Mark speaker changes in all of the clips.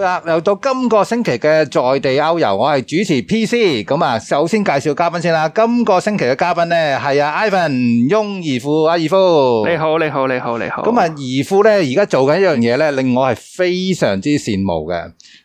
Speaker 1: 啦，又到今個星期嘅在地歐遊，我係主持 PC。咁啊，首先介紹嘉賓先啦。今個星期嘅嘉賓咧係啊 Ivan 翁義富阿義夫。
Speaker 2: 你。好，你好，你好，你好。
Speaker 1: 哦咁啊，義夫咧而家做緊一樣嘢咧，令我係非常之羨慕嘅。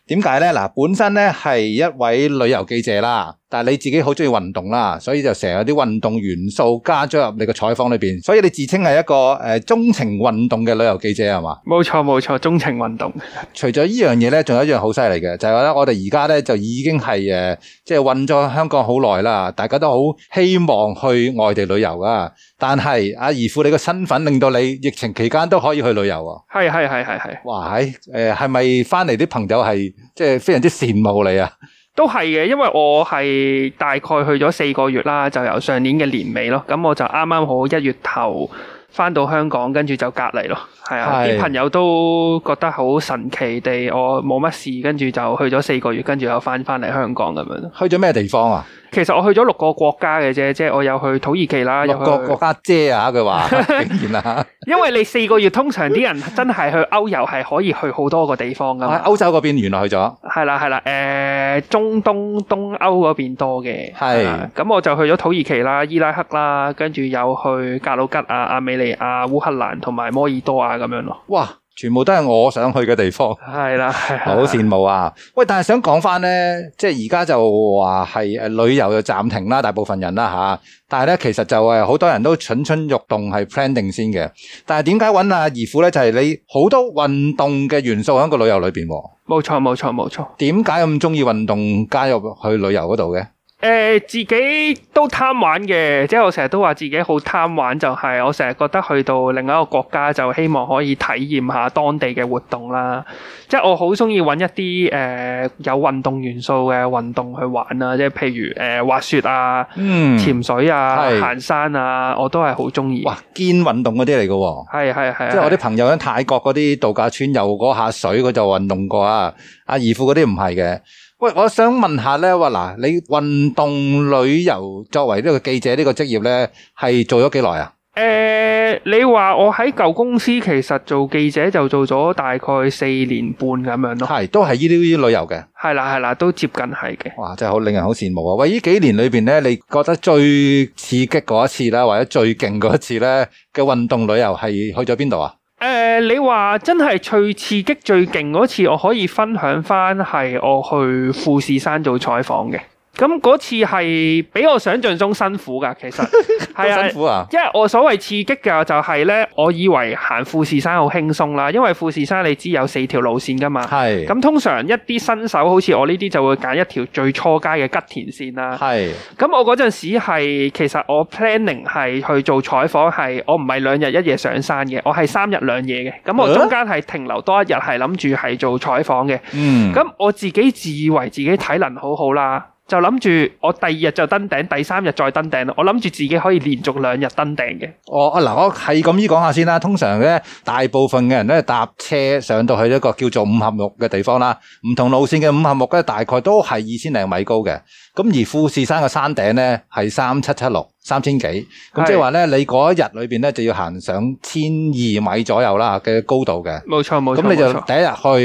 Speaker 1: 點解咧？嗱，本身咧係一位旅遊記者啦，但係你自己好中意運動啦，所以就成日有啲運動元素加咗入你嘅採訪裏邊，所以你自稱係一個誒、呃鍾情運動嘅旅遊記者係嘛？
Speaker 2: 冇錯冇錯，鍾情運動
Speaker 1: 除咗呢樣嘢咧，仲有一樣好犀利嘅，就係話咧，我哋而家咧就已經係誒，呃即係運咗香港好耐啦，大家都好希望去外地旅遊啊。但係阿姨父你個身份令到你疫情期間都可以去旅遊喎。
Speaker 2: 係係係係係，
Speaker 1: 哇！喺誒係咪翻嚟啲朋友係即係非常之羨慕你啊？
Speaker 2: 都係嘅，因為我係大概去咗四個月啦，就由上年嘅年尾咯，咁我就啱啱好一月頭翻到香港，跟住就隔離咯，係啊，
Speaker 1: 係
Speaker 2: 啲朋友都覺得好神奇地，我冇乜事，跟住就去咗四個月，跟住又翻翻嚟香港咁樣咯。
Speaker 1: 去咗咩地方啊？
Speaker 2: 其實我去咗六個國家嘅啫，即係我有去土耳其啦，
Speaker 1: 六
Speaker 2: 啊有去
Speaker 1: 個國家姐啊！佢話竟然啊，
Speaker 2: 因為你四個月通常啲人真係去歐遊係可以去好多個地方噶嘛
Speaker 1: 喺。歐洲嗰邊原來去咗。
Speaker 2: 係啦係啦，誒、中東東歐嗰邊多嘅，
Speaker 1: 係
Speaker 2: 啦咁我就去咗土耳其啦、伊拉克啦，跟住有去格魯吉亞、阿美利亞、烏克蘭同埋摩爾多瓦咁樣咯。
Speaker 1: 哇！全部都係我想去嘅地方。
Speaker 2: 係啦，係啦
Speaker 1: 好羨慕啊！喂，但係想講翻咧，即係而家就話係诶旅遊就暫停啦，大部分人啦吓、但係咧，其實就係好多人都蠢蠢欲動，係 plan 定先嘅。但係點解揾阿姨父咧？就係你好多運動嘅元素喺個旅遊裏边喎。
Speaker 2: 冇錯冇錯冇錯。
Speaker 1: 點解咁中意運動加入去旅遊嗰度嘅？
Speaker 2: 誒、自己都貪玩嘅，即係我成日都話自己好貪玩，就係、我成日覺得去到另一個國家就希望可以體驗下當地嘅活動啦。即係我好中意揾一啲誒、有運動元素嘅運動去玩啦，即係譬如誒、滑雪啊、
Speaker 1: 嗯，
Speaker 2: 潛水啊、
Speaker 1: 係
Speaker 2: 行山啊，我都係好中意。
Speaker 1: 哇，堅運動嗰啲嚟嘅喎。
Speaker 2: 係係係，
Speaker 1: 即係我啲
Speaker 2: 係
Speaker 1: 朋友喺泰國嗰啲度假村游嗰下水，佢就運動過啊。阿姨父嗰啲唔係嘅。喂，我想問下咧，話嗱，你運動旅遊作為呢個記者呢個職業咧，係做咗幾耐啊？
Speaker 2: 誒、你話我喺舊公司其實做記者就做咗大概四年半咁樣咯，
Speaker 1: 係，都係呢啲旅遊嘅。
Speaker 2: 係啦係啦，都接近係嘅。
Speaker 1: 哇，真係好令人好羨慕啊！喂，呢幾年裏邊咧，你覺得最刺激嗰一次啦，或者最勁嗰一次咧嘅運動旅遊係去咗邊度啊？
Speaker 2: 誒、你話真係最刺激、最勁嗰次，我可以分享翻係我去富士山做採訪嘅。咁嗰次係比我想象中辛苦㗎，其 實係
Speaker 1: 好
Speaker 2: 啊
Speaker 1: 辛。苦啊！
Speaker 2: 因為我所謂刺激嘅就係咧，我以為行富士山好輕鬆啦，因為富士山你知有四條路線㗎嘛。
Speaker 1: 係
Speaker 2: 啊咁通常一啲新手好似我呢啲就會揀一條最初階嘅吉田線啦。
Speaker 1: 係
Speaker 2: 咁我嗰陣時係其實我 planning 係去做採訪，係我唔係兩日一夜上山嘅，我係三日兩夜嘅。咁我
Speaker 1: 啊
Speaker 2: 中間係停留多一日，係諗住係做採訪嘅。
Speaker 1: 嗯
Speaker 2: 咁我自己自以為自己體能好好啦，就諗住我第二日就登頂，第三日再登頂啦。我諗住自己可以連續兩日登頂嘅。
Speaker 1: 我啊嗱，我係咁依講下先啦。通常咧，大部分嘅人咧搭車上到去一個叫做五合目嘅地方啦，唔同路線嘅五合目咧，大概都係二千零米高嘅。咁而富士山嘅山頂咧係三七七六，三千幾。咁
Speaker 2: 係
Speaker 1: 即係話咧，你嗰一日裏邊咧就要行上千二米左右啦嘅高度嘅。
Speaker 2: 冇錯冇錯，
Speaker 1: 咁你就
Speaker 2: 冇錯
Speaker 1: 第一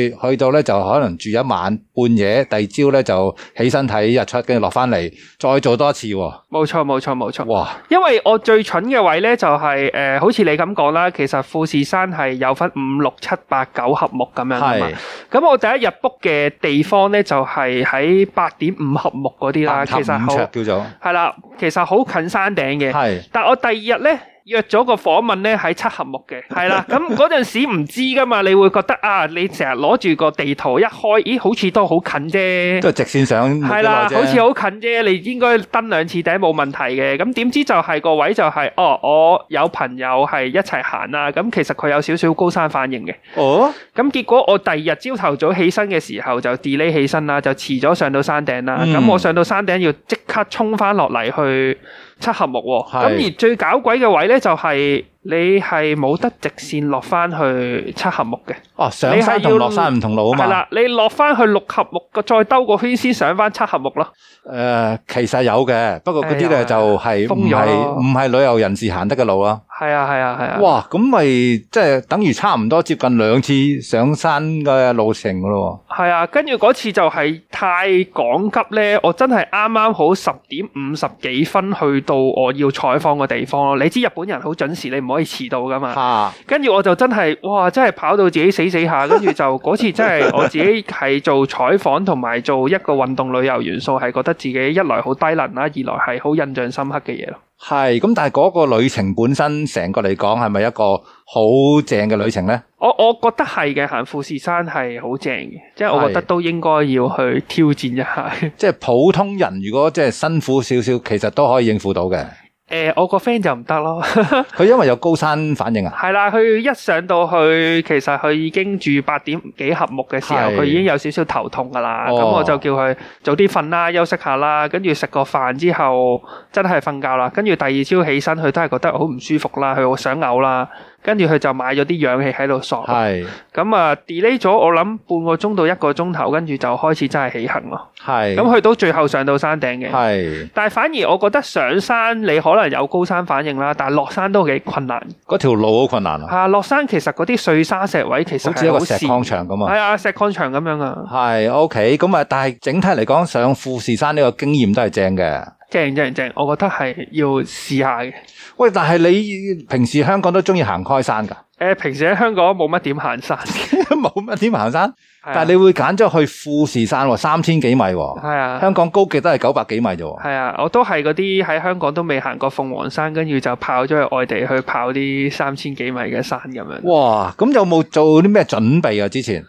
Speaker 1: 日去，去到咧就可能住一晚半夜，第二朝咧就起身睇日出，跟住落翻嚟再做多一次喎。
Speaker 2: 冇錯冇錯冇錯。
Speaker 1: 哇！
Speaker 2: 因為我最蠢嘅位咧，就係、呃好似你咁講啦，其實富士山係有分五六七八九合目咁樣啊嘛
Speaker 1: 係。
Speaker 2: 咁我第一日 book 嘅地方咧，就係喺八點五合目嗰啲啦，
Speaker 1: 白
Speaker 2: 其
Speaker 1: 塔
Speaker 2: 實
Speaker 1: 五
Speaker 2: 好
Speaker 1: 尺叫
Speaker 2: 係啦，其實好近山頂
Speaker 1: 做
Speaker 2: 嘅。
Speaker 1: 係。
Speaker 2: 但我第二日咧約咗個訪問咧喺七合目嘅，係 啦。咁嗰陣時唔知噶嘛，你會覺得啊，你成日攞住個地圖一開，咦，好似都好近啫。
Speaker 1: 都係直線上冇
Speaker 2: 係
Speaker 1: 幾
Speaker 2: 啦，
Speaker 1: 耐啫
Speaker 2: 好似好近啫，你應該登兩次頂冇問題嘅。咁點知就係個位就係、哦，我有朋友係一齊行啦。咁其實佢有少少高山反應嘅。
Speaker 1: 哦，
Speaker 2: 咁結果我第二日朝頭早起身嘅時候就 delay 起身啦，就遲咗上到山頂啦。
Speaker 1: 嗯
Speaker 2: 咁、我上到山頂要即刻衝翻落嚟去七合目喎。
Speaker 1: 係
Speaker 2: 咁而最搞鬼嘅位呢，就係、你係冇得直線落翻去七合目嘅。
Speaker 1: 哦，上山同落山唔同路啊
Speaker 2: 係
Speaker 1: 嘛。
Speaker 2: 啦，你落翻去六合目，再兜個圈先上翻七合目咯。
Speaker 1: 誒、其實有嘅，不過嗰啲
Speaker 2: 哎
Speaker 1: 咧
Speaker 2: 呀
Speaker 1: 就係唔
Speaker 2: 封咗
Speaker 1: 係
Speaker 2: 咯
Speaker 1: 唔係旅遊人士行得嘅路啦。
Speaker 2: 係啊係啊係啊，
Speaker 1: 哇，咁咪即係等於差唔多接近兩次上山嘅路程噶咯
Speaker 2: 係啊，跟住嗰次就係太趕急咧，我真係啱啱好十點五十幾分去到我要採訪嘅地方咯。你知日本人好準時，你唔可以遲到噶
Speaker 1: 喎。
Speaker 2: 嘛。
Speaker 1: 吓，
Speaker 2: 跟住我就真係，哇！真係跑到自己死死下，跟住就嗰次真係我自己係做採訪同埋做一個運動旅遊元素，係覺得自己一來好低能啦，二來係好印象深刻嘅嘢咯。
Speaker 1: 係咁，但係嗰個旅程本身成個嚟講係咪一個好正嘅旅程咧？
Speaker 2: 我我覺得係嘅，行富士山係好正嘅，即係我覺得
Speaker 1: 係
Speaker 2: 都應該要去挑戰一下。 誒、
Speaker 1: 即係普通人如果即係辛苦少少，其實都可以應付到嘅。
Speaker 2: 我個 friend 就唔得咯，
Speaker 1: 佢因為有高山反應啊，
Speaker 2: 係啦，佢一上到去，其實佢已經住八點幾合目嘅時候，
Speaker 1: 係
Speaker 2: 佢已經有少少頭痛噶啦。
Speaker 1: 哦
Speaker 2: 咁、我就叫佢早啲瞓啦，休息下啦，跟住食個飯之後真係瞓覺啦。跟住第二朝起身，佢都係覺得好唔舒服啦，佢好想嘔啦。跟住佢就買咗啲氧氣喺度索，
Speaker 1: 係
Speaker 2: 咁啊 delay 咗我諗半個鐘到一個鐘頭，跟住就開始真係起行咯。
Speaker 1: 係
Speaker 2: 咁去到最後上到山頂嘅。
Speaker 1: 係
Speaker 2: 但係反而我覺得上山你可能有高山反應啦，但係落山都幾困難。
Speaker 1: 嗰條路好困難啊，
Speaker 2: 啊，落山其實嗰啲碎沙石位其實
Speaker 1: 好似一
Speaker 2: 係
Speaker 1: 個
Speaker 2: 好
Speaker 1: 石
Speaker 2: 跣
Speaker 1: 礦場咁啊。
Speaker 2: 係啊，石礦場咁樣啊，
Speaker 1: 係 OK，咁啊，但係整體嚟講，上富士山呢個經驗都係正嘅。
Speaker 2: 正正正，我覺得係要試下嘅。
Speaker 1: 喂，但係你平時香港都中意行開山㗎，
Speaker 2: 誒、平時喺香港冇乜點行山，
Speaker 1: 冇乜點行山，
Speaker 2: 啊
Speaker 1: 但係
Speaker 2: 你
Speaker 1: 你會揀咗去富士山喎，三千幾米喎，
Speaker 2: 係啊
Speaker 1: 香港高極都係九百幾米啫喎。
Speaker 2: 係啊，我都係嗰啲喺香港都未行過鳳凰山，跟住就跑咗去外地去跑啲三千幾米嘅山咁樣。誒
Speaker 1: 哇！咁有冇做啲咩準備啊？之前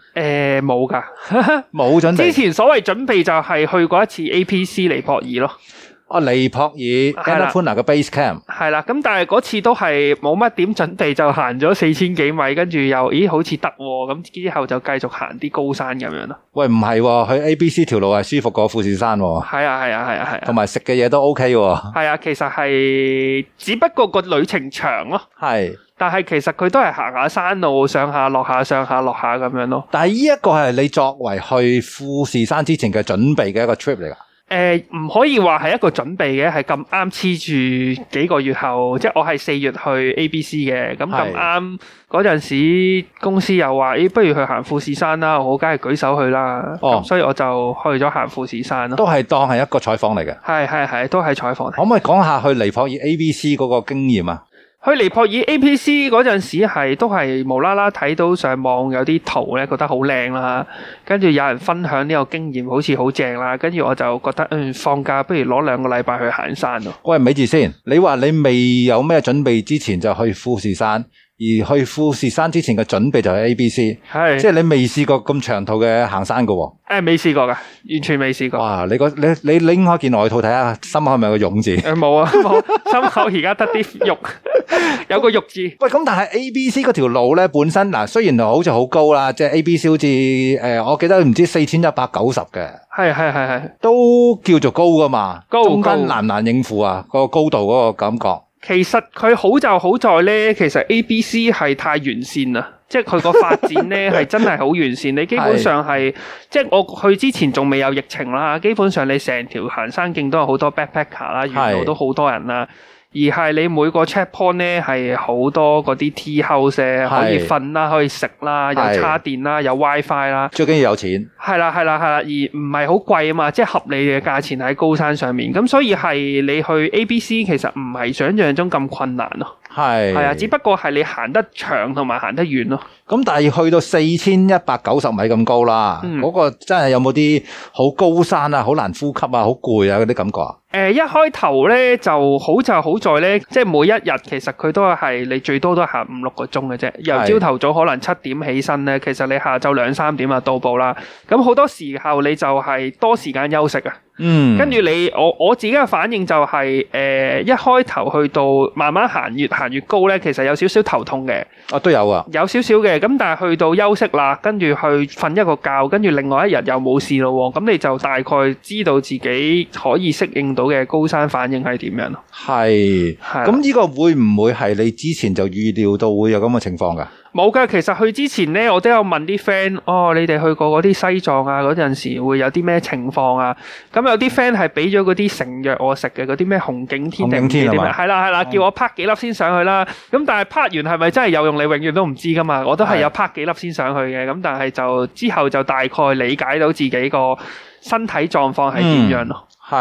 Speaker 2: 冇㗎，
Speaker 1: 冇準
Speaker 2: 之
Speaker 1: 備。
Speaker 2: 前所謂準備就係去過一次 APC 尼泊爾咯。
Speaker 1: 啊，尼泊爾 a n
Speaker 2: 係
Speaker 1: a
Speaker 2: 啦
Speaker 1: p u n a 嘅 base camp
Speaker 2: 係啦，咁但係嗰次都係冇乜點準備就行咗四千幾米，跟住又咦好似得喎，咁之後就繼續行啲高山咁樣咯。
Speaker 1: 喂，唔係喎，去 ABC 條路係舒服過富士山喎，
Speaker 2: 係啊係啊係啊係
Speaker 1: 同
Speaker 2: 啊，
Speaker 1: 埋食嘅嘢都 OK 喎。
Speaker 2: 係啊其實係只不過個旅程長咯，
Speaker 1: 係，
Speaker 2: 但係其實佢都係行下山路，上下落下上下落下咁樣咯。
Speaker 1: 但係呢一個係你作為去富士山之前嘅準備嘅一個 trip 嚟㗎。
Speaker 2: 誒、呃唔可以話係一個準備嘅，係咁啱黐住幾個月後，即係我係四月去 ABC 嘅，咁
Speaker 1: 係
Speaker 2: 咁啱嗰陣時公司又話，咦不如去行富士山啦，我梗係舉手去啦，咁、
Speaker 1: 哦
Speaker 2: 所以我就去咗行富士山咯。
Speaker 1: 都係當係一個採訪嚟嘅。
Speaker 2: 係係係，都係採訪。
Speaker 1: 可唔可以講下去尼泊爾 ABC 嗰個經驗啊？
Speaker 2: 去尼泊爾 APC 嗰陣時係都係無啦啦睇到上網有啲圖咧，覺得好靚啦，跟住有人分享呢個經驗，好似好正啦，跟住我就覺得嗯放假不如攞兩個禮拜去行山咯。
Speaker 1: 喂，咪住先，你話你未有咩準備之前就去富士山，而去富士山之前嘅準備就係 ABC，
Speaker 2: 係
Speaker 1: 即係你未試過咁長途嘅行山噶喎。
Speaker 2: 誒未試過㗎，完全未試過。
Speaker 1: 哇！你個你你拎開件外套睇下，心口係咪有個勇字？
Speaker 2: 誒冇啊 冇，心口而家得啲 肉，有個肉字。
Speaker 1: 喂，咁但係 A、B、C 嗰條路咧，本身嗱，雖然好似好高啦，即係 A、B、C 好似誒、呃我記得唔知四千一百九十嘅，
Speaker 2: 係係係係。
Speaker 1: 都叫做高噶嘛。
Speaker 2: 高
Speaker 1: 中
Speaker 2: 高
Speaker 1: 間難唔難應付啊？個高度嗰個感覺。
Speaker 2: 其實佢好就好在咧，其實 A、B、C 係太完善啦，即係佢個發 展咧係真係好完善。你基本上係即係我去之前仲未有疫情啦，基本上你成條行山徑都有好多 backpacker 啦，沿路
Speaker 1: 係
Speaker 2: 都好多人啦。而係你每個 checkpoint 咧係好多嗰啲 tea house 呢可以
Speaker 1: 係
Speaker 2: 瞓啦，可以食啦，有
Speaker 1: 係
Speaker 2: 叉電啦，有 WiFi 啦。
Speaker 1: 最緊要有錢，
Speaker 2: 係啦，係啦，係啦，而唔係好貴啊嘛，即係合理嘅價錢喺高山上面，咁所以係你去 A、B、C 其實唔係想象中咁困難咯，
Speaker 1: 係
Speaker 2: 係啊，只不過係你行得長同埋行得遠咯。
Speaker 1: 咁但係去到四千一百九十米咁高啦，嗰、
Speaker 2: 嗯
Speaker 1: 個真係有冇啲好高山啊、好難呼吸啊、好攰啊嗰啲感覺啊？
Speaker 2: 誒、一開頭咧就好就好在咧，即係每一日其實佢都係你最多都係行五六個鐘嘅啫。由
Speaker 1: 係
Speaker 2: 朝頭早可能七點起身咧，其實你下晝兩三點啊到步啦。咁好多時候你就係多時間休息啊。
Speaker 1: 嗯，
Speaker 2: 跟住你我我自己嘅反應就係、呃一開頭去到慢慢行越行越高咧，其實有少少頭痛嘅，
Speaker 1: 啊都有啊，
Speaker 2: 有少少嘅。咁但係去到休息啦，跟住去瞓一個覺，跟住另外一日又冇事咯喎。咁你就大概知道自己可以適應到嘅高山反應係點樣咯。
Speaker 1: 係。
Speaker 2: 係啦
Speaker 1: 咁呢個會唔會係你之前就預料到會有咁嘅情況㗎？
Speaker 2: 冇噶，其實去之前咧，我都有問啲 friend，哦，你哋去過嗰啲西藏啊，嗰陣時會有啲咩情況啊？咁有啲 friend 係俾咗嗰啲成藥我食嘅，嗰啲咩紅景天定
Speaker 1: 紅景
Speaker 2: 唔知
Speaker 1: 天
Speaker 2: 啲
Speaker 1: 係
Speaker 2: 咩，
Speaker 1: 嘛
Speaker 2: 係啦係啦，
Speaker 1: 嗯
Speaker 2: 叫我拍幾粒先上去啦。咁但係拍完係咪真係有用，你永遠都唔知噶嘛。我都係有拍幾粒先上去嘅，咁但係就之後就大概理解到自己個身體狀況係點樣咯。
Speaker 1: 系，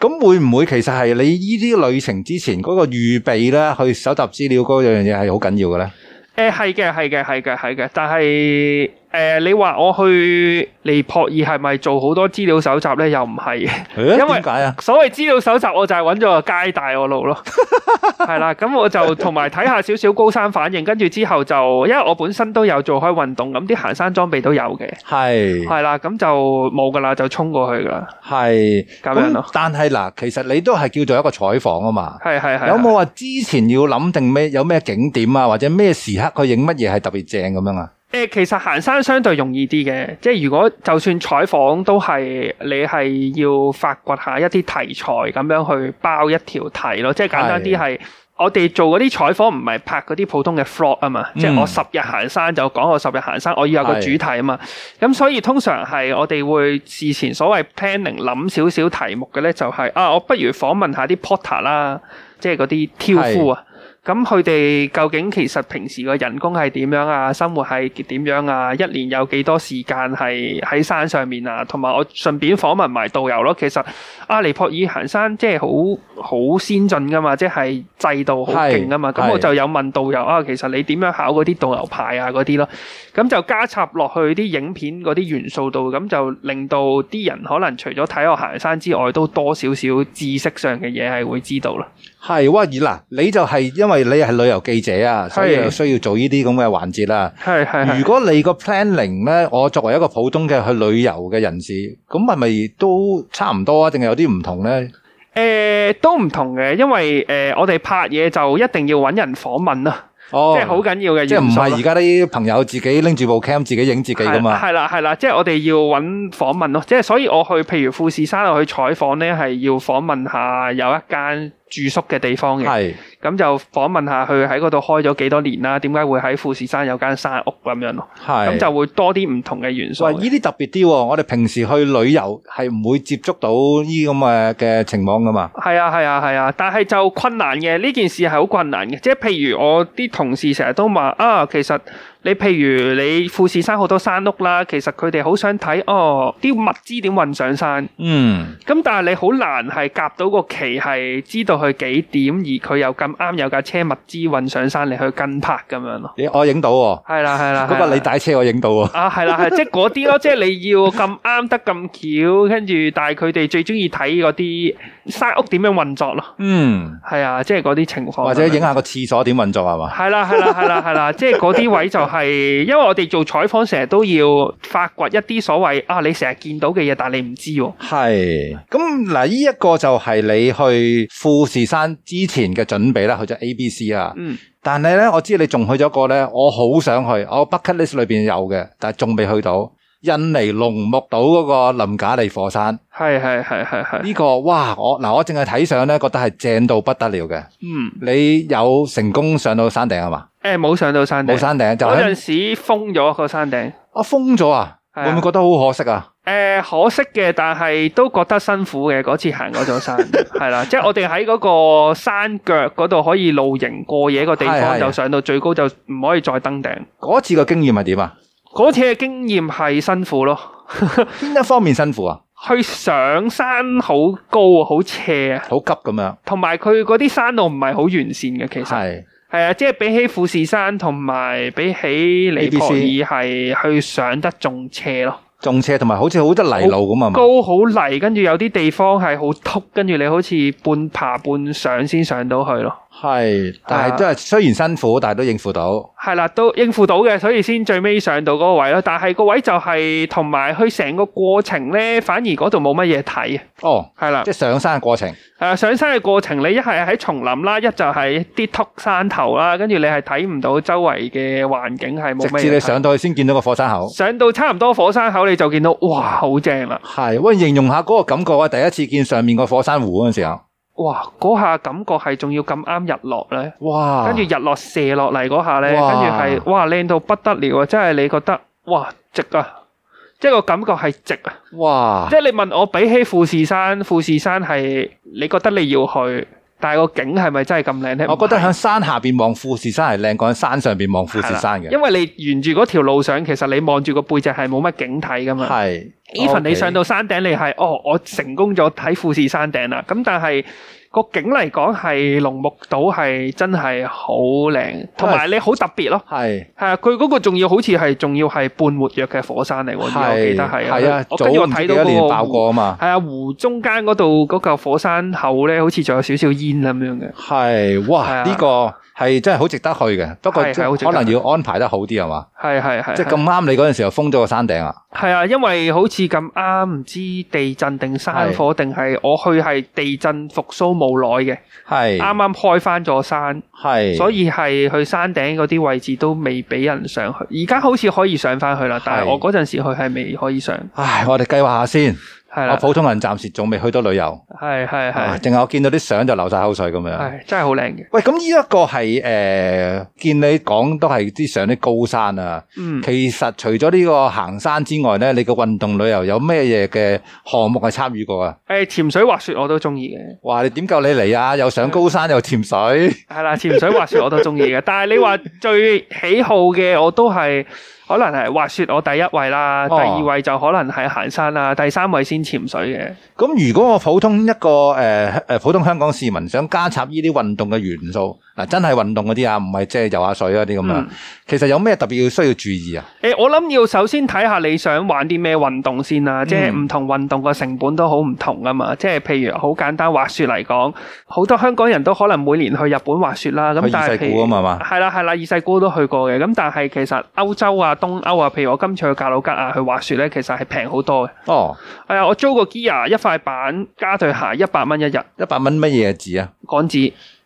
Speaker 1: 咁會唔會其實係你呢啲旅程之前嗰個預備咧，去搜集資料嗰樣嘢係好緊要嘅咧？嗯
Speaker 2: 誒係嘅，係嘅，係嘅，係嘅。但係誒、你話我去尼泊爾係咪做好多資料搜集咧？又唔係嘅。
Speaker 1: 因
Speaker 2: 因為
Speaker 1: 解啊？
Speaker 2: 所謂資料搜集，我就係揾咗個街帶我路 咯，係啦，咁我就同埋睇下少少高山反應，跟住之後就，因為我本身都有做開運動，咁啲行山裝備都有嘅，
Speaker 1: 係
Speaker 2: 係啦，咁就冇噶啦，就衝過去噶啦，
Speaker 1: 係
Speaker 2: 咁樣咯
Speaker 1: 但係嗱，其實你都係叫做一個採訪啊嘛。
Speaker 2: 係係係。
Speaker 1: 有冇話之前要諗定咩？有咩景點啊，或者咩時刻去影乜嘢係特別正咁樣啊？
Speaker 2: 誒、其實行山相對容易啲嘅，即係如果就算採訪都係你係要發掘下一啲題材咁樣去包一條題咯，即係簡單啲係。我哋做嗰啲採訪唔係拍嗰啲普通嘅 vlog 啊嘛，即係我十日行山就講我十日行山，我要有個主題啊嘛。咁所以通常係我哋會事前所謂 planning 諗少少題目嘅咧，就係、啊，我不如訪問下啲 porter 啦，即係嗰啲挑夫啊。咁佢哋究竟其實平時個人工係點樣啊？生活係點樣啊？一年有幾多時間係喺山上面啊？同埋我順便訪問埋導遊咯。其實啊，尼泊爾行山即係好好先進噶嘛，即係制度好勁噶嘛。
Speaker 1: 係
Speaker 2: 咁我
Speaker 1: 係
Speaker 2: 就有問導遊啊，其實你點樣考嗰啲導遊牌啊嗰啲咯。咁就加插落去啲影片嗰啲元素度，咁就令到啲人可能除咗睇我行山之外，都多少少知識上嘅嘢係會知道啦。
Speaker 1: 係哇，而嗱，你就係因為你係旅遊記者啊，所以就需要做呢啲咁嘅環節啦。
Speaker 2: 係係係
Speaker 1: 如果你個 planning 咧，我作為一個普通嘅去旅遊嘅人士，咁係咪都差唔多啊？定係有啲唔同咧？
Speaker 2: 誒、呃都唔同嘅，因為誒、呃我哋拍嘢就一定要揾人訪問啦，
Speaker 1: 哦
Speaker 2: 即係好緊要嘅元
Speaker 1: 即係唔
Speaker 2: 素
Speaker 1: 係
Speaker 2: 咯
Speaker 1: 而家啲朋友自己拎住部 cam 自己影自己噶嘛？
Speaker 2: 係啦係啦，即係我哋要揾訪問咯，即係所以我去譬如富士山我去採訪咧，係要訪問下有一間住宿嘅地方嘅，
Speaker 1: 係
Speaker 2: 咁就訪問下佢喺嗰度開咗幾多年啦，點解會喺富士山有間山屋咁樣咯，
Speaker 1: 係
Speaker 2: 咁就會多啲唔同嘅元素
Speaker 1: 喂，
Speaker 2: 嘅。
Speaker 1: 呢啲特別啲喎，我哋平時去旅遊係唔會接觸到呢咁嘅嘅情況噶嘛？
Speaker 2: 係啊係啊係啊，但係就困難嘅呢件事係好困難嘅，即係譬如我啲同事成日都話啊，其實你譬如你富士山好多山屋啦，其實佢哋好想睇哦啲物資點運上山，
Speaker 1: 嗯，
Speaker 2: 咁但係你好難係夾到個期係知道佢幾點，而佢又咁啱有架車物資運上山，你去跟拍咁樣咯。
Speaker 1: 你我影到喎，
Speaker 2: 係啦係啦，
Speaker 1: 嗰
Speaker 2: 係啦
Speaker 1: 個你帶車我影到喎。
Speaker 2: 啊，係啦，係，即係嗰啲咯，即係你要咁啱得咁巧，跟住但係佢哋最中意睇嗰啲山屋點樣運作咯。
Speaker 1: 嗯，
Speaker 2: 係啊，即係嗰啲情況，
Speaker 1: 或者影下個廁所點運作啊係嘛？
Speaker 2: 係啦，係啦，係啦，係啦，即 係嗰啲位就係、因為我哋做採訪成日都要發掘一啲所謂啊，你成日見到嘅嘢，但係你唔知喎。
Speaker 1: 係，咁嗱，呢一個就係你去富士山之前嘅準備啦，去咗 A、B、C 啊。
Speaker 2: 嗯，
Speaker 1: 但係咧，我知你仲去咗個咧，我好想去，我 bucket list 裏邊有嘅，但係仲未去到印尼龍目島嗰個林賈利火山。
Speaker 2: 係係係係係，
Speaker 1: 呢、個哇，我嗱我淨係睇相咧，覺得係正到不得了嘅。
Speaker 2: 嗯，
Speaker 1: 你有成功上到山頂係嘛？
Speaker 2: 誒冇上到山頂，
Speaker 1: 冇山頂就
Speaker 2: 嗰陣
Speaker 1: 喺
Speaker 2: 時封咗個山頂。
Speaker 1: 啊封咗啊，
Speaker 2: 係啊
Speaker 1: 會唔會覺得好可惜啊？
Speaker 2: 誒、可惜嘅，但係都覺得辛苦嘅嗰次行 嗰座山，係啦，即係我哋喺嗰個山腳嗰度可以露營過夜個地
Speaker 1: 係係
Speaker 2: 方，就上到最高就唔可以再登頂。
Speaker 1: 嗰次個經驗係點啊？
Speaker 2: 嗰次嘅經驗係辛苦咯。
Speaker 1: 邊一方面辛苦啊？
Speaker 2: 去上山好高啊，好斜啊，
Speaker 1: 好急咁樣，
Speaker 2: 同埋佢嗰啲山路唔係好完善嘅，其實
Speaker 1: 係
Speaker 2: 係啊，即係比起富士山同埋比起尼泊爾係去上得仲斜咯，
Speaker 1: 仲斜同埋好似好多泥路咁啊嘛。
Speaker 2: 高好泥，跟住有啲地方係好凸，跟住你好似半爬半上先上到去咯，
Speaker 1: 係，但
Speaker 2: 啊
Speaker 1: 係都係雖然辛苦，但係都應付到。
Speaker 2: 係啦，都應付到嘅，所以先最尾上到嗰個位咯。但係個位就係同埋佢成個過程咧，反而嗰度冇乜嘢睇啊，
Speaker 1: 哦，
Speaker 2: 係啦
Speaker 1: 即係。上山嘅過程。
Speaker 2: 誒、呃上山嘅過程，你一係喺叢林啦，一就係啲禿山頭啦，跟住你係睇唔到周圍嘅環境係冇
Speaker 1: 直
Speaker 2: 咩嘢睇。
Speaker 1: 至你上到去先見到個火山口。
Speaker 2: 上到差唔多火山口，你就見到哇，好正啦！
Speaker 1: 係，喂，形容下嗰個感覺啊！第一次見上面個火山湖嗰陣時候，
Speaker 2: 哇！嗰下感覺係仲要咁啱日落咧，
Speaker 1: 哇！
Speaker 2: 跟住日落射落嚟嗰下咧，跟
Speaker 1: 啊哇
Speaker 2: 住係哇靚到不得了啊！真係你覺得哇值啊！即係個感覺係值啊！
Speaker 1: 哇
Speaker 2: 即，係你問我比起富士山，富士山係你覺得你要去，但係個景係咪真係咁靚咧？
Speaker 1: 我覺得
Speaker 2: 唔係
Speaker 1: 喺山下邊望富士山係靚過喺山上邊望富士山嘅，
Speaker 2: 因為你沿住嗰條路上，其實你望住個背脊係冇乜景睇噶嘛。
Speaker 1: 係
Speaker 2: even 你
Speaker 1: OK
Speaker 2: 上到山頂，你係哦，我成功咗睇富士山頂啦。咁但係個景嚟講係龍目島係真係好靚，同埋你好特別咯。
Speaker 1: 係
Speaker 2: 係啊，佢嗰個仲要好似係仲要係半活躍嘅火山嚟喎，我記得係
Speaker 1: 係啊，
Speaker 2: 我
Speaker 1: 早
Speaker 2: 跟住我
Speaker 1: 唔知
Speaker 2: 睇
Speaker 1: 幾
Speaker 2: 到
Speaker 1: 多
Speaker 2: 嗰
Speaker 1: 年
Speaker 2: 個
Speaker 1: 爆
Speaker 2: 湖
Speaker 1: 過啊嘛，
Speaker 2: 係啊，湖中間嗰度嗰嚿火山口咧，好似仲有少少煙咁樣嘅。
Speaker 1: 係
Speaker 2: 係啊
Speaker 1: 哇，呢個係真係好值得去嘅，不過
Speaker 2: 係係好值得
Speaker 1: 可能要安排得好啲係嘛，
Speaker 2: 係係係。
Speaker 1: 即係咁啱你嗰陣時候封咗個山頂啊，
Speaker 2: 係啊，因為好似咁啱唔知地震定山火定係我去係地震復甦冇耐嘅，
Speaker 1: 係
Speaker 2: 啱啱開翻座山，
Speaker 1: 係，
Speaker 2: 所以係去山頂嗰啲位置都未俾人上去。而家好似可以上翻去啦，但係
Speaker 1: 係
Speaker 2: 我嗰陣時去係未可以上，
Speaker 1: 唉，我哋計劃下先，
Speaker 2: 係
Speaker 1: 我
Speaker 2: 啦，
Speaker 1: 普通人暫時仲未去到旅遊，
Speaker 2: 係係
Speaker 1: 啊
Speaker 2: 係
Speaker 1: 淨係我見到啲相就流晒口水咁樣。
Speaker 2: 係真係好靚嘅，
Speaker 1: 喂，咁呢一個係誒、呃，見你講都係啲上啲高山啊。
Speaker 2: 嗯。
Speaker 1: 其實除咗呢個行山之外咧，你嘅運動旅遊有咩嘢嘅項目係參與過啊？
Speaker 2: 誒潛水滑雪我都中意嘅，
Speaker 1: 哇！你點夠你嚟啊？又上高山又潛水，
Speaker 2: 係啦，潛水滑雪我都中意嘅。 但係你話最喜好嘅我都係可能係滑雪我第一位啦，
Speaker 1: 哦
Speaker 2: 第二位就可能係行山啦，第三位先潛水嘅。
Speaker 1: 咁如果我普通一個誒誒、呃普通香港市民想加插呢啲運動嘅元素，嗱真係運動嗰啲啊，唔係即係游下水嗰啲咁
Speaker 2: 嗯
Speaker 1: 啊。其實有咩特別要需要注意啊？
Speaker 2: 誒、我諗要首先睇下你想玩啲咩運動先
Speaker 1: 嗯
Speaker 2: 啦，即係唔同運動個成本都好唔同啊嘛。即係譬如好簡單滑雪嚟講，好多香港人都可能每年去日本滑雪啦。咁
Speaker 1: 去
Speaker 2: 但
Speaker 1: 二
Speaker 2: 係
Speaker 1: 世
Speaker 2: 譬
Speaker 1: 古
Speaker 2: 如
Speaker 1: 啊嘛係嘛，
Speaker 2: 係啦係啦，二世姑都去過嘅。咁但係其實歐洲啊、東歐啊，譬如我今次去格魯吉亞去滑雪咧，其實係平好多嘅。
Speaker 1: 哦，
Speaker 2: 係啊，我租個 gear 一塊板加對鞋一百蚊一日
Speaker 1: 一百蚊乜嘢字啊？
Speaker 2: 港紙，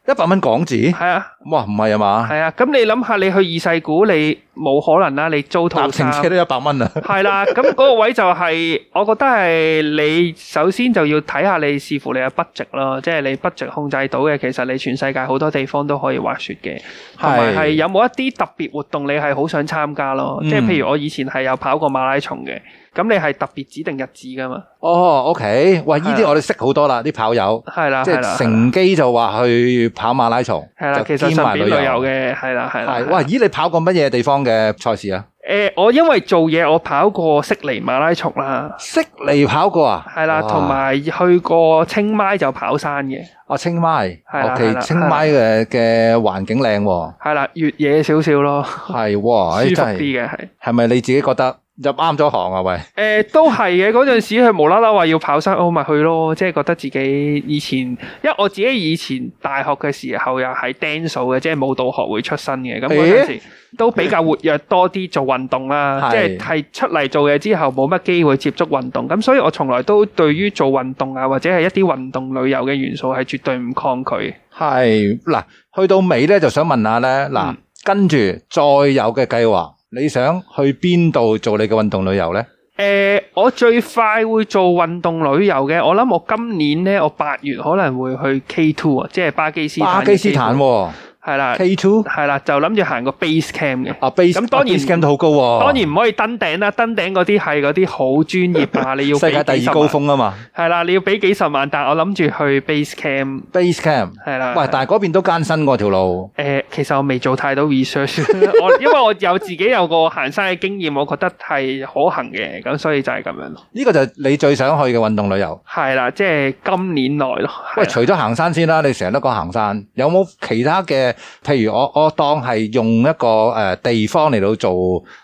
Speaker 1: 一百蚊港紙？
Speaker 2: 係啊
Speaker 1: 哇，唔係啊嘛，
Speaker 2: 係啊。咁你諗下，你去二世古你冇可能啦，你租套
Speaker 1: 搭
Speaker 2: 衫
Speaker 1: 程。車都一百蚊啊！
Speaker 2: 係啦，咁嗰個位就係、我覺得係你首先就要睇下你視乎你嘅 budget 咯，即係你 budget 控制到嘅，其實你全世界好多地方都可以滑雪嘅，同埋係有冇一啲特別活動你係好想參加咯，
Speaker 1: 嗯
Speaker 2: 即係譬如我以前係有跑過馬拉松嘅，咁你係特別指定日子噶嘛，
Speaker 1: 哦，OK，喂，呢
Speaker 2: 係
Speaker 1: 啲
Speaker 2: 啊
Speaker 1: 我哋識好多啦，啲跑友，
Speaker 2: 係啦，
Speaker 1: 即
Speaker 2: 係啦
Speaker 1: 係，乘機就話去跑馬拉松，
Speaker 2: 係啦，
Speaker 1: 就
Speaker 2: 其實
Speaker 1: 兼
Speaker 2: 順
Speaker 1: 埋
Speaker 2: 便旅遊。嘅，係啦，係啦，
Speaker 1: 係，
Speaker 2: 啦
Speaker 1: 哇！咦，你跑過乜嘢地方嘅賽事啊？
Speaker 2: 誒、我因為做嘢，我跑過悉尼馬拉松啦，
Speaker 1: 悉尼跑過啊？
Speaker 2: 係啦，
Speaker 1: 哇
Speaker 2: 同埋去過清邁就跑山嘅。
Speaker 1: 哦，清邁
Speaker 2: 係啦係啦
Speaker 1: ，OK，清邁嘅嘅環境靚 喎，
Speaker 2: 系啦，越野少少咯，舒
Speaker 1: 係喎，
Speaker 2: 服
Speaker 1: 誒真
Speaker 2: 啲
Speaker 1: 係
Speaker 2: 嘅係。
Speaker 1: 係咪你自己覺得入啱咗行啊？喂，
Speaker 2: 诶、都係嘅。嗰陣時佢無啦啦話要跑山，我咪去咯。即係覺得自己以前，因為我自己以前大學嘅時候又係 dance 嘅，即係舞蹈學會出身嘅。咁嗰陣時都比較活躍多啲做運動啦，
Speaker 1: 係
Speaker 2: 即係係出嚟做嘢之後冇乜機會接觸運動，咁所以我從來都對於做運動啊或者係一啲運動旅遊嘅元素係絕對唔抗拒。
Speaker 1: 係嗱，去到尾咧就想問下咧，嗱
Speaker 2: 嗯，
Speaker 1: 跟住再有嘅計劃，你想去邊度做你嘅運動旅遊咧？
Speaker 2: 诶、我最快會做運動旅遊嘅，我諗我今年咧，我八月可能會去 K Two 啊，即係巴基斯坦
Speaker 1: 巴
Speaker 2: 嘅 K2。
Speaker 1: 基斯坦喎
Speaker 2: 係啦，
Speaker 1: K two
Speaker 2: 係啦，就諗住行個 base camp 嘅。
Speaker 1: 啊 base
Speaker 2: 咁當然
Speaker 1: base camp 都好高喎，
Speaker 2: 當然唔可以登頂啦，登頂嗰啲係嗰啲好專業 啊，你要
Speaker 1: 世界
Speaker 2: 俾幾
Speaker 1: 第
Speaker 2: 十
Speaker 1: 二
Speaker 2: 萬
Speaker 1: 高。峰啊嘛
Speaker 2: 係啦，你要俾幾十萬，但我諗住去 base camp
Speaker 1: base camp。
Speaker 2: 係啦。
Speaker 1: 喂，但係嗰邊都艱辛喎條路，
Speaker 2: 誒、其實我未做太多 research，我 因為我有自己有個行山嘅經驗，我覺得係可行嘅，咁所以就係咁樣咯。
Speaker 1: 呢個就係你最想去嘅運動旅遊。
Speaker 2: 係啦，即係今年內咯。係
Speaker 1: 喂，
Speaker 2: 啦
Speaker 1: 除咗行山先啦，你成日都講行山，有冇其他嘅？譬如我我當係用一個誒、呃地方嚟到做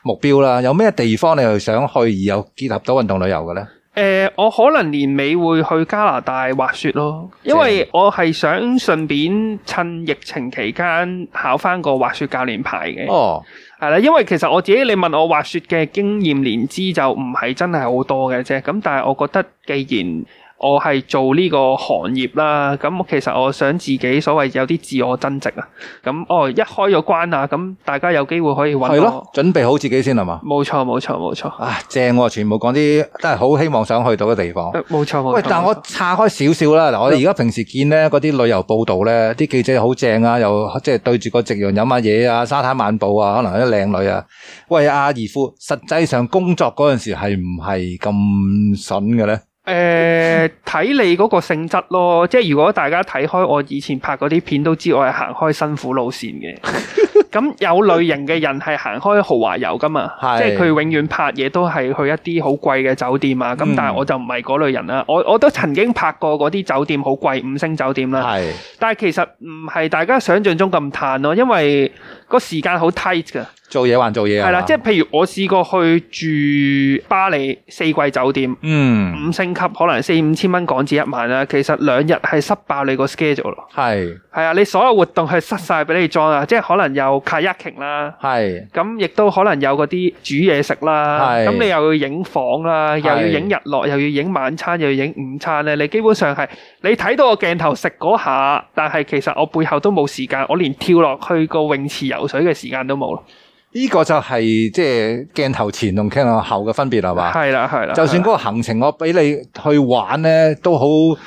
Speaker 1: 目標啦，有咩地方你又想去而又結合到運動旅遊嘅咧？
Speaker 2: 诶、呃我可能年尾會去加拿大滑雪咯，因為我係想順便趁疫情期間考翻個滑雪教練牌嘅，
Speaker 1: 哦，
Speaker 2: 係啦、因為其實我自己你問我滑雪嘅經驗年資就唔係真係好多嘅啫，咁但係我覺得既然我係做呢個行業啦，咁其實我想自己所謂有啲自我增值啊，咁哦一開咗關啦，咁大家有機會可以
Speaker 1: 係
Speaker 2: 揾
Speaker 1: 咯
Speaker 2: 我，，
Speaker 1: 準備好自己先係嘛？
Speaker 2: 冇錯冇錯冇錯，
Speaker 1: 啊，正喎、全部講啲都係好希望想去到嘅地方。
Speaker 2: 呃冇錯冇錯。
Speaker 1: 喂，但
Speaker 2: 冇
Speaker 1: 我
Speaker 2: 錯
Speaker 1: 岔開少少啦。嗱，我
Speaker 2: 嗯
Speaker 1: 哋而家平時見咧嗰啲旅遊報道咧，啲記者好正啊，又即係對住個夕陽飲下嘢啊，沙灘漫步啊，可能啲靚女啊。喂，阿義夫，實際上工作嗰陣時係唔係咁筍嘅咧？
Speaker 2: 誒睇、呃你嗰個性質咯， 即係如果大家睇開我以前拍嗰啲片，都知我係行開辛苦路線 嘅。咁有類型嘅人係行開豪華遊噶嘛，
Speaker 1: 係
Speaker 2: 即係佢永遠拍嘢都係去一啲好貴嘅酒店啊。咁、
Speaker 1: 嗯
Speaker 2: 但係我就唔係嗰類人啦。我我都曾經拍過嗰啲酒店好貴五星酒店啦，
Speaker 1: 係
Speaker 2: 但係其實唔係大家想象中咁嘆咯，因為個時間好 tight 㗎。
Speaker 1: 做嘢還做嘢啊？
Speaker 2: 係啦，即係譬如我試過去住巴黎四季酒店。
Speaker 1: 嗯，
Speaker 2: 五星級可能四五千蚊港紙一晚啦，其實兩日係塞爆你個 schedule 咯。
Speaker 1: 係
Speaker 2: 係啊，你所有活動係塞晒俾你裝啊，即係可能有 kayaking 啦，
Speaker 1: 係
Speaker 2: 咁亦都可能有嗰啲煮嘢食啦，
Speaker 1: 係
Speaker 2: 咁你又要影房啦，又要
Speaker 1: 係
Speaker 2: 影日落，又要影晚餐，又要影午餐咧。你基本上係你睇到個鏡頭食嗰下，但係其實我背後都冇時間，我連跳落去個泳池游水嘅時間都冇咯。
Speaker 1: 呢個就係即係鏡頭前同鏡頭後嘅分別係嘛？
Speaker 2: 係啦，係啦，
Speaker 1: 就算
Speaker 2: 係
Speaker 1: 嗰
Speaker 2: 啦
Speaker 1: 個行程我俾你去玩咧，都好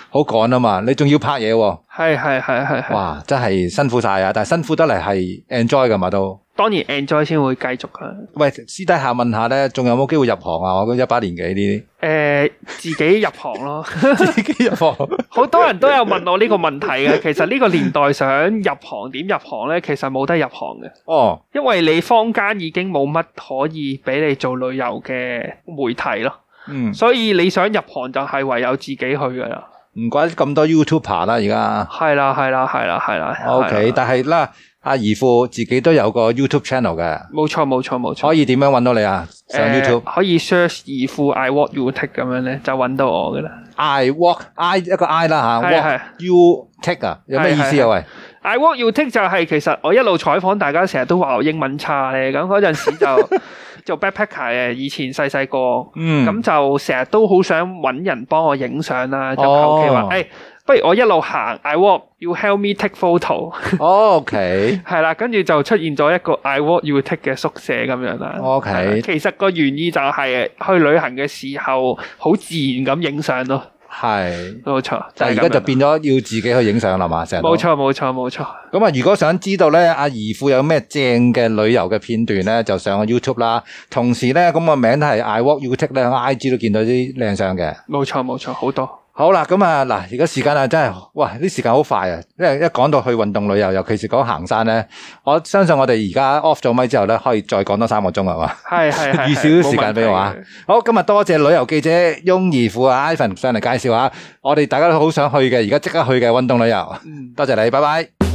Speaker 1: 好趕啊嘛，你仲要拍嘢喎。
Speaker 2: 係係係係係，
Speaker 1: 哇，真係辛苦晒啊！但係辛苦得嚟係 enjoy 噶嘛都。
Speaker 2: 當然 enjoy 先會繼續啦。
Speaker 1: 喂，私底下問下咧，仲有冇機會入行啊？我一把年紀 呢
Speaker 2: 誒、呃自己入行咯，
Speaker 1: 啲，自己入行
Speaker 2: 好多人都有問我呢個問題 嘅。其實呢個年代想入行點入行呢？其實冇得入行嘅，
Speaker 1: 哦，
Speaker 2: 因為你坊間已經冇乜可以俾你做旅遊嘅媒體咯，
Speaker 1: 嗯，
Speaker 2: 所以你想入行就係唯有自己去噶啦。
Speaker 1: 唔怪得咁多 YouTuber 啦，而家。
Speaker 2: 係啦，係啦，係啦，係啦。係啦啊
Speaker 1: OK，但係啦，阿姨父自己都有個 YouTube channel 嘅，
Speaker 2: 冇錯，冇錯，冇錯。
Speaker 1: 可以點樣揾到你啊？上
Speaker 2: 誒
Speaker 1: YouTube
Speaker 2: 可以 search 姨父 I what you take 咁樣呢，就揾到我噶啦。
Speaker 1: I walk I 一個 I 啦吓
Speaker 2: 係
Speaker 1: ，walk
Speaker 2: 係
Speaker 1: you take 啊，有咩意思
Speaker 2: 係
Speaker 1: 啊？喂，
Speaker 2: I what you take 就係其實我一路採訪大家成日都話我英文差咧，咁嗰陣時 就做 backpacker 嘅，以前細細個，
Speaker 1: 嗯，
Speaker 2: 咁就成日都好想揾人幫我影相啦，就
Speaker 1: 哦
Speaker 2: 求其話，誒、哎不如我一路行，I walk you help me take photo，
Speaker 1: OK，
Speaker 2: 係啦，跟住就出現咗一個 I walk you take 嘅宿舍咁樣啦。
Speaker 1: OK
Speaker 2: 係啦其實個原意就係去旅行嘅時候好自然咁影相咯，
Speaker 1: 係。
Speaker 2: 冇錯， 就
Speaker 1: 但係
Speaker 2: 係咁
Speaker 1: 而家
Speaker 2: 樣
Speaker 1: 就變咗要自己去影相啦嘛，成日都
Speaker 2: 冇。錯冇錯冇錯，
Speaker 1: 咁啊，如果想知道咧，阿姨父有咩正嘅旅遊嘅片段咧，就上個 YouTube 啦。同時咧，咁個名都係 I Walk You Take 咧喺，IG 都見到啲靚相嘅。
Speaker 2: 冇錯冇錯，好多。
Speaker 1: 好啦，咁啊嗱，而家時間啊真係，哇！啲時間好快啊，因為一講到去運動旅遊，尤其是講行山咧，我相信我哋而家 off 咗咪之後咧，可以再講多三個鐘係嘛。
Speaker 2: 係係係，
Speaker 1: 預少啲時間俾我啊
Speaker 2: 冇問題嘅！
Speaker 1: 好，今日多謝旅遊記者翁怡父啊 Ivan 上嚟介紹下，我哋大家都好想去嘅，而家即刻去嘅運動旅遊。
Speaker 2: 嗯，
Speaker 1: 多謝你，拜拜。